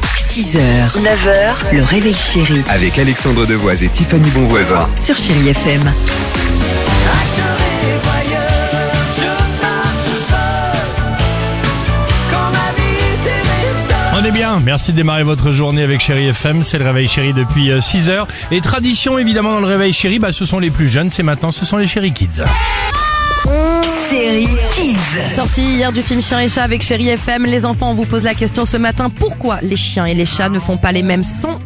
6h, 9h, le réveil chéri Avec Alexandre Devoise et Tiffany Bonvoisin. sur Chéri FM. Acteur et voyeur, je marche seul Quand ma vie t'est On est bien, merci de démarrer votre journée avec Chéri FM, c'est le réveil chéri depuis 6h. Et tradition évidemment dans le réveil chéri, bah, ce sont les plus jeunes, c'est maintenant, ce sont les chéri kids. Ah, Série Kids. Sortie hier du film Chien et Chat avec Chéri FM, les enfants, on vous pose la question ce matin, pourquoi les chiens et les chats ne font pas les mêmes sons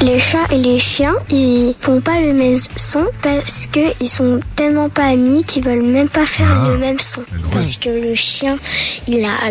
Les chats et les chiens, ils font pas le même son parce que ils sont tellement pas amis qu'ils veulent même pas faire le même son. Parce que le chien, il a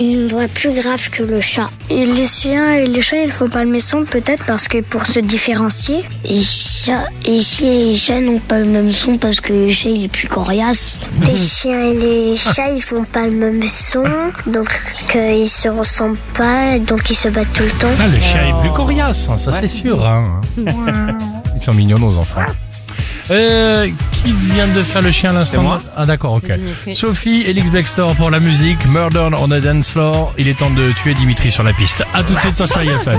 une voix plus grave que le chat. Et les chiens et les chats, ils font pas le même son peut-être parce que pour se différencier. Les chats et les chats n'ont pas le même son parce que le chat, il est plus coriace. Les chiens et les chats, ils font pas le même son, donc euh, ils se ressemblent pas, donc ils se battent tout le temps. Ah, le chien est plus coriace, hein, ça c'est sûr. hein. Ils sont mignons nos enfants. Euh, qui vient de faire le chien à l'instant Ah d'accord, ok. Sophie et Bextor pour la musique, Murder on a Dance Floor, il est temps de tuer Dimitri sur la piste. À tout de suite sur Chéri FM.